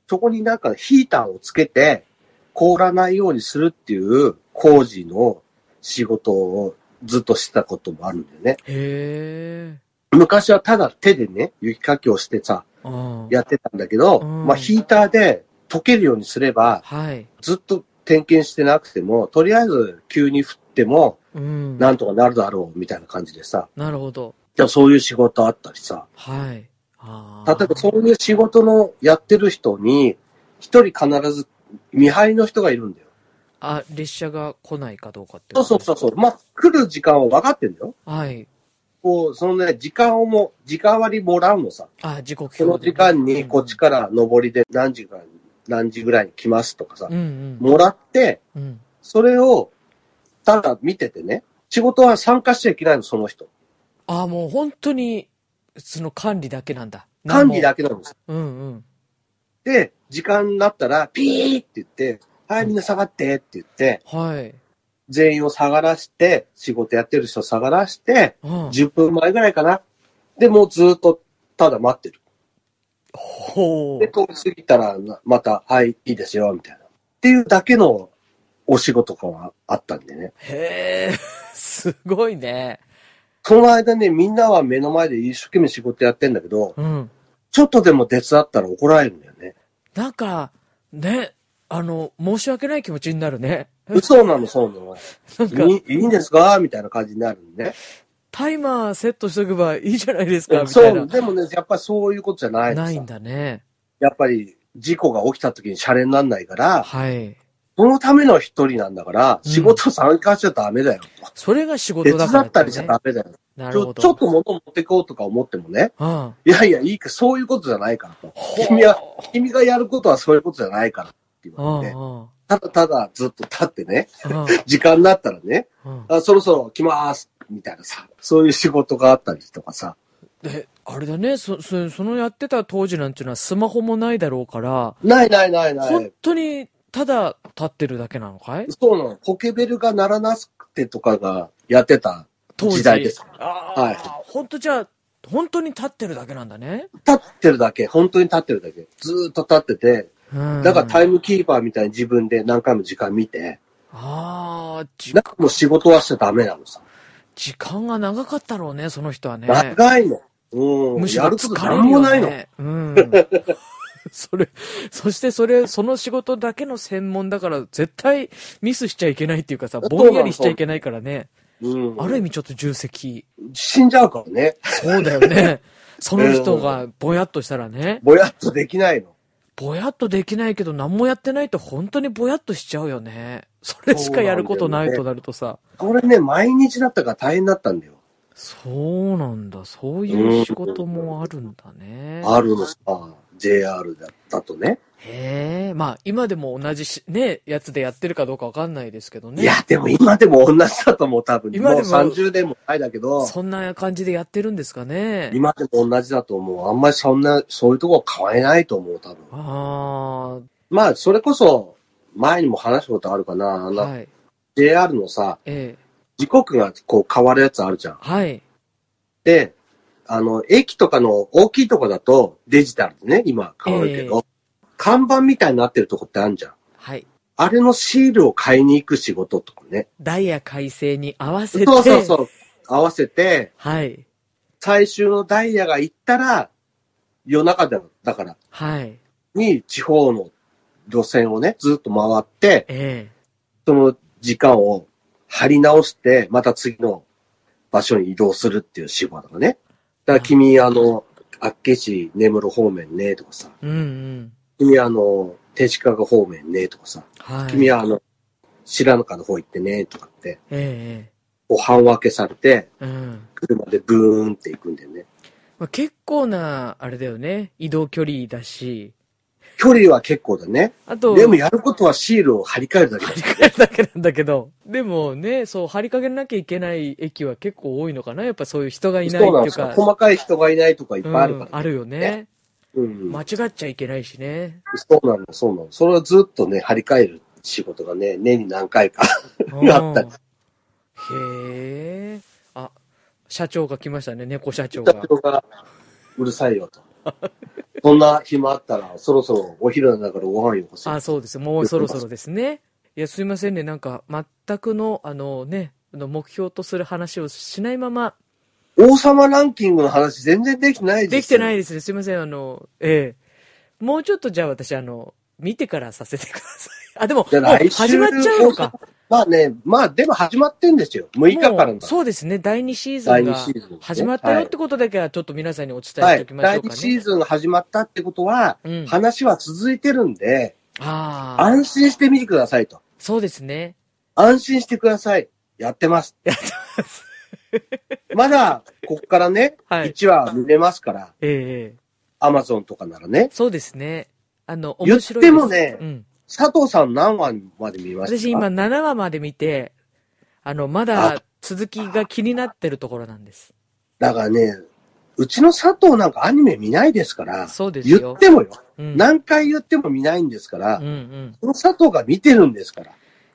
A: そこになんかヒーターをつけて凍らないようにするっていう工事の仕事をずっとしてたこともあるんだよね。
B: へえ。
A: 昔はただ手でね、雪かきをしてさ、
B: ああ。
A: やってたんだけど、
B: うん
A: まあヒーターで溶けるようにすれば、
B: はい。
A: ずっと点検してなくても、とりあえず急に降っても、
B: うん。
A: なんとかなるだろうみたいな感じでさ、
B: なるほど。
A: じゃあそういう仕事あったりさ、
B: はい。ああ。
A: 例えばそういう仕事のやってる人に、一人必ず見張りの人がいるんだよ。
B: あ、列車が来ないかどうかって
A: そうそうそうそう。まあ、来る時間は分かってんだよ。
B: う。はい。
A: こう、そのね、時間をも、時間割もらうのさ。
B: あ、時刻表
A: この時間にこっちから上りで何時から何時ぐらいに来ますとかさ
B: ら。う、んうん。
A: もらって、
B: うん。
A: それを、ただ見ててね、仕事は参加しちゃいけないの、その人。
B: ああ、もう本当に、その管理だけなんだ。
A: 管理だけなんです。
B: 何も。うんうん。
A: で、時間になったら、ピーって言って、はい、みんな下がってって言って、
B: はい。
A: 全員を下がらして、仕事やってる人下がらして、
B: うん。
A: 10分前ぐらいかな。で、もうずっと、ただ待ってる。
B: ほ
A: で、
B: う。
A: こう過ぎたら、なまた、はい、いいですよ、みたいな。っていうだけのお仕事があったんでね。
B: へえ、すごいね。
A: その間ね、みんなは目の前で一生懸命仕事やってんだけど、
B: うん。
A: ちょっとでも手伝ったら怒られるんだよね。
B: なんか、ね、あの、申し訳ない気持ちになるね。
A: 嘘なの、そうなの。
B: なんか、
A: いいいいんですかみたいな感じになるんでね。
B: タイマーセットしとけばいいじゃないですか、みたい
A: そう、
B: な。
A: でもね、やっぱりそういうことじゃないのさ
B: ないんだね。
A: やっぱり事故が起きた時にシャレになんないから、
B: はい。
A: そのための一人なんだから、
B: うん
A: 仕事参加しちゃダメだよ。
B: それが仕
A: 手
B: 事
A: 伝
B: だから、ね。
A: ったりしちゃダメだよ。
B: な
A: ち
B: る
A: ょ
B: ほど。
A: ちょっと物持ってこうとか思ってもね、
B: うん。
A: いやいや、いいか、そういうことじゃないからと。君は、君がやることはそういうことじゃないからって言
B: うん
A: わ
B: う
A: れて、
B: ん
A: ただただずっと立ってね、
B: うん
A: 時間になったらね、
B: うん。
A: あそろそろ来ます、みたいなさ、そういう仕事があったりとかさ、
B: で、あれだね、そ、そ、そのやってた当時なんていうのはスマホもないだろうから、
A: ないないないな
B: 本
A: い。
B: 当にただ立ってるだけなのかい
A: そうなの。ポケベルが鳴らなくてとかがやってた。
B: 当時。
A: 時代です
B: ああ、
A: はい
B: 本当じゃあ、本当に立ってるだけなんだね。
A: 立ってるだけ、本当に立ってるだけ。ずーっと立ってて、
B: うん。
A: だからタイムキーパーみたいに自分で何回も時間見て、
B: ああ、じ
A: なんかもう仕事はしちゃダメなのさ。
B: 時間が長かったろうね、その人はね。
A: 長いの。うん。
B: むし
A: や
B: ろ
A: ること
B: 疲れ
A: 何
B: る
A: も
B: よ、
A: ないの。
B: ね。うん。 それ、そしてそれ、その仕事だけの専門だから、絶対ミスしちゃいけないっていうかさ、
A: そう
B: ぼんやりしちゃいけないからね。
A: うん。
B: ある意味ちょっと重責。
A: 死んじゃうからね。
B: そうだよ ね。その人がぼやっとしたらね、
A: ぼやっとできないの。
B: ぼやっとできないけど何もやってないと本当にぼやっとしちゃうよね。それしかやることないとなるとさ。
A: これね、毎日だったから大変だったんだよ。
B: そうなんだ。そういう仕事もあるんだね。
A: あるのさ、JR だったとね。
B: へえ、まあ今でも同じし、ね、やつでやってるかどうかわかんないですけどね。
A: いや、でも今でも同じだと思う、多分。
B: 今でも
A: もう30年も前だけど、
B: そんな感じでやってるんですかね。
A: 今でも同じだと思う。あんまりそんな、そういうとこは変えないと思う、多分。
B: あ
A: まあ、それこそ、前にも話したことあるかな。あ
B: あ、
A: の、
B: はい。
A: JR のさ、
B: ええ、
A: 時刻がこう変わるやつあるじゃん。
B: はい。
A: で、あの、駅とかの大きいとこだとデジタルでね、今変わるけど、看板みたいになってるとこってあるじゃん。
B: はい。
A: あれのシールを買いに行く仕事とかね。
B: ダイヤ改正に合わせて。
A: そうそうそう。合わせて、
B: はい。
A: 最終のダイヤが行ったら、夜中だだから、
B: はい。
A: に地方の路線をね、ずっと回って、
B: え
A: その時間を張り直して、また次の場所に移動するっていう仕事がね。だから君、あの、あっけし、根室方面ね、とかさ。
B: えうんうん。
A: 君、あの、手近が方面ね、とかさ。
B: はい。
A: 君
B: は、
A: は、あの、白中の方行ってね、とかって、
B: え
A: こう半分けされて、
B: えうん。
A: 車でブーンって行くんだよね。
B: まあ、結構な、あれだよね。移動距離だし。
A: 距離は結構だね。
B: あと、
A: でもやることはシールを貼り替えるだけだ
B: 張り替え るだけなんだけど。でもね、そう、張りかけなきゃいけない駅は結構多いのかなやっぱそういう人がいないって
A: そうなん
B: い
A: で
B: う
A: すよ。
B: か。
A: 細かい人がいないとかいっぱいある
B: う
A: か
B: ん
A: ら、
B: あるよね。
A: うん。
B: 間違っちゃいけないし ね。
A: そうなの、そうなの。それをずっとね、張り替える仕事がね、年に何回かあったり。
B: うんへえ。あ、社長が来ましたね、猫社長
A: 社
B: が。
A: 長がうるさいよと。そんな暇あったら、そろそろお昼の中でご飯よこせ。
B: あ、そうです。もうそろそろですね。いや、すいませんね。なんか、全くの、あのね、あの目標とする話をしないまま、
A: 王様ランキングの話全然できてない
B: で
A: です。
B: きてないいですね。すいません。あの、ええもうちょっとじゃあ私、あの、見てからさせてください。 あ、でも、も
A: じゃ
B: う
A: あ来週
B: 始まっちゃうのか。
A: まあね、まあでも始まってんですよ。6日から
B: も
A: の
B: う。そうですね。第2シーズ
A: 第
B: ン
A: 2
B: が
A: シーズンですね。
B: 始まったよ
A: は
B: っ
A: い
B: てことだけは、ちょっと皆さんにお伝え
A: は
B: してお
A: い。
B: きましょ
A: 第
B: うかね。
A: 2シーズンが始まったってことは、
B: うん。あ
A: 話は続いてるんで、
B: あー。
A: 安心してみてくださいと。
B: そうですね。
A: 安心してください。やってます。
B: やってます。
A: まだ、こっからね、
B: はい。
A: 1話見れますから、
B: ええええ
A: アマゾンとかならね。
B: そうですね。あの、
A: 言
B: 面
A: っ
B: 白いで
A: て
B: す。
A: もね
B: うん。
A: 佐藤さん何話まで見ました
B: 私今7話まで見て、あの、まだ続きが気になってるところなんです。
A: だからね、うちの佐藤なんかアニメ見ないですから、
B: そうですよ。
A: 言ってもよ。
B: うん、
A: 何回言っても見ないんですから、
B: うんうん。
A: その佐藤が見てるんですから。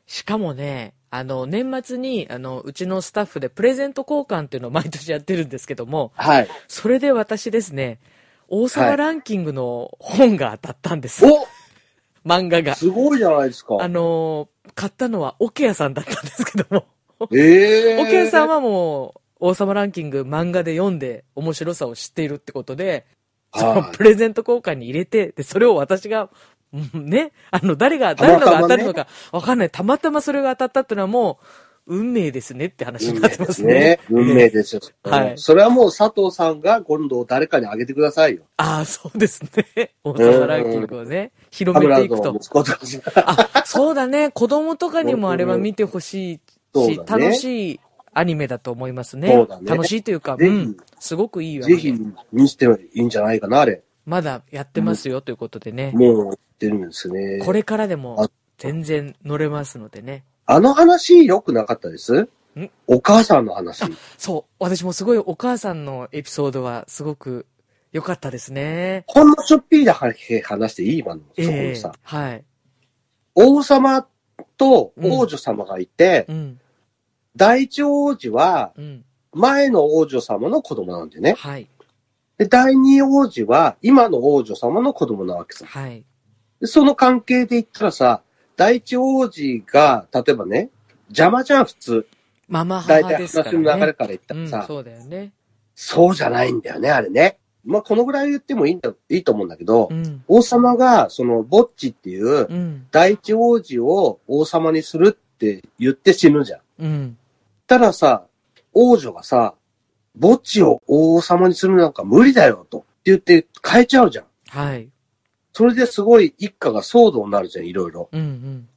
B: しかもね、あの、年末に、あの、うちのスタッフでプレゼント交換っていうのを毎年やってるんですけども、
A: はい。
B: それで私ですね、王
A: は
B: 様
A: い
B: ランキングの本が当たったんです。
A: お
B: 漫画が。
A: すごいじゃないですか。
B: あのー、買ったのはオケヤさんだったんですけども。
A: ええ
B: オケヤさん
A: は、
B: はもう、王様ランキング漫画で読んで面白さを知っているってことで、その
A: は
B: プレゼント交換に入れて、で、それを私が、うんね、あの、誰が、
A: たま
B: 誰
A: たま
B: のが当
A: ね
B: たるのか、わかんない。たまたまそれが当たったってのはもう、運命ですねって
A: い。
B: 話
A: 運
B: に
A: 命
B: なってま
A: ですす
B: ね。
A: ね。運命ですよ。
B: はい
A: それはもう佐藤さんが今度誰かにあげてくださいよ。
B: ああ、そうですね。王様ランキングをね、広めていく
A: の
B: と。
A: 息子とか。
B: あ、そうだね。子供とかにもあれは見てほしいし、
A: そうだね
B: 楽しいアニメだと思いますね。
A: そうだね
B: 楽しいというか、う
A: ぜひ
B: ん。すごくいいわ、
A: ぜひ見せてもいいんじゃないかな、あれ。
B: まだやってますよということでね。
A: もう言ってるんですね。
B: これからでも
A: あ
B: 全然乗れますのでね。
A: あの話良くなかったですお母さんの話。
B: そう。私もすごいお母さんのエピソードはすごく良かったですね。
A: ほんのちょっぴりだけ話していい今の。そこ
B: え
A: の
B: え
A: さ、
B: はい。
A: 王様と王女様がいて、
B: うん。
A: 第一王子は
B: うん。
A: 前の王女様の子供なんでね。
B: はい。
A: で、第二王子は今の王女様の子供なわけさ。
B: はい。
A: でその関係で言ったらさ、第一王子が、例えばね、邪魔じゃん、普通。
B: ママ
A: 大
B: 母
A: 体
B: です
A: 話
B: から
A: の流
B: ね
A: れ。から言った
B: う
A: ら
B: ん、
A: さ、
B: そうだよね。
A: そうじゃないんだよね、あれね。まあ、このぐらい言ってもいいんだ、いいと思うんだけど、
B: うん。
A: 王様が、その、ぼっちっていう
B: う、ん。
A: 第一王子を王様にするって言って死ぬじゃん。
B: うん。
A: たださ、王女がさ、ぼっちを王様にするなんか無理だよ、と。って言って変えちゃうじゃん。
B: はい。
A: それですごい一家が騒動になるじゃん、いろいろ。
B: うんうん。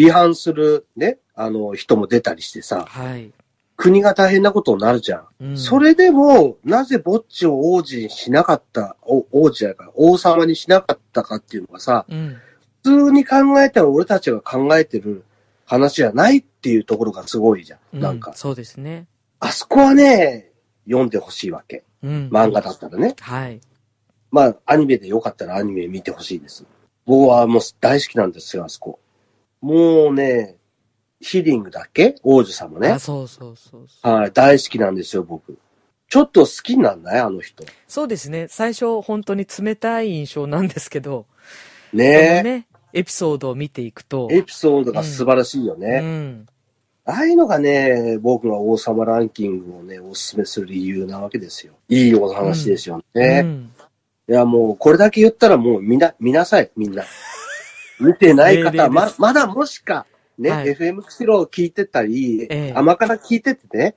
A: 離反するね、あの、人も出たりしてさ、
B: はい。
A: 国が大変なことになるじゃん。
B: うん、
A: それでも、なぜぼっちを王子にしなかった、お王子じゃないから、王様にしなかったかっていうのがさ、
B: うん。
A: 普通に考えたら俺たちが考えてる話じゃないっていうところがすごいじゃ。
B: うん
A: なんか、
B: そうですね。
A: あそこはね、読んでほしいわけ。
B: うん。
A: 漫画だったらね。
B: はい。
A: まあ、アニメでよかったらアニメ見てほしいです。僕はもう大好きなんですよ、あそこ。もうね、ヒリングだっけ王女様ね
B: あ、。そうそうそうそう。
A: はい、大好きなんですよ、僕。ちょっと好きになんないあの人。
B: そうですね。最初、本当に冷たい印象なんですけど、その
A: ね
B: ね、エピソードを見ていくと、
A: え。エピソードが素晴らしいよ
B: う
A: ね。
B: ん。
A: ああいうのがね、僕が王様ランキングをね、おすすめする理由なわけですよ。いいお話ですよね。
B: うん
A: いや、もう、これだけ言ったらもう見な、見なさい、み んな。見てない
B: 命令
A: 方、
B: で、
A: ますまだもしか、ね、
B: はい
A: FM クシロを聞いてたり、
B: ええ
A: 甘から聞いててね、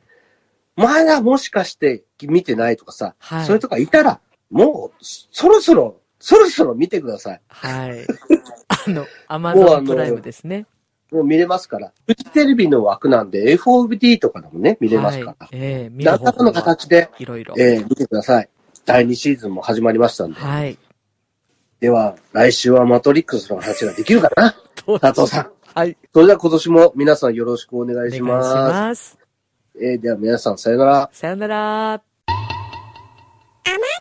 A: まだもしかして見てないとかさ、
B: はい
A: それとかいたら、もう、そろそろ、そろそろ見てください。
B: はい。あの、アマ
A: もう
B: ゾ
A: あ
B: ン
A: の
B: プライムですね。
A: もう見れますから。フジテレビの枠なんで FOD とかでもね、見れますから。
B: はい、ええ見る
A: 何
B: 方
A: らか
B: 法
A: の
B: は
A: 形で、
B: いろいろ。
A: えー見てください。第2シーズンも始まりましたんで。
B: はい。
A: では、来週はマトリックスの話ができるかな
B: どう
A: 佐藤さん。
B: はい。
A: それでは今年も皆さんよろしくお願
B: お願
A: い
B: い
A: し
B: し
A: ます。
B: ます。
A: えーでは皆さんさよなら。
B: さよなら。
C: 甘い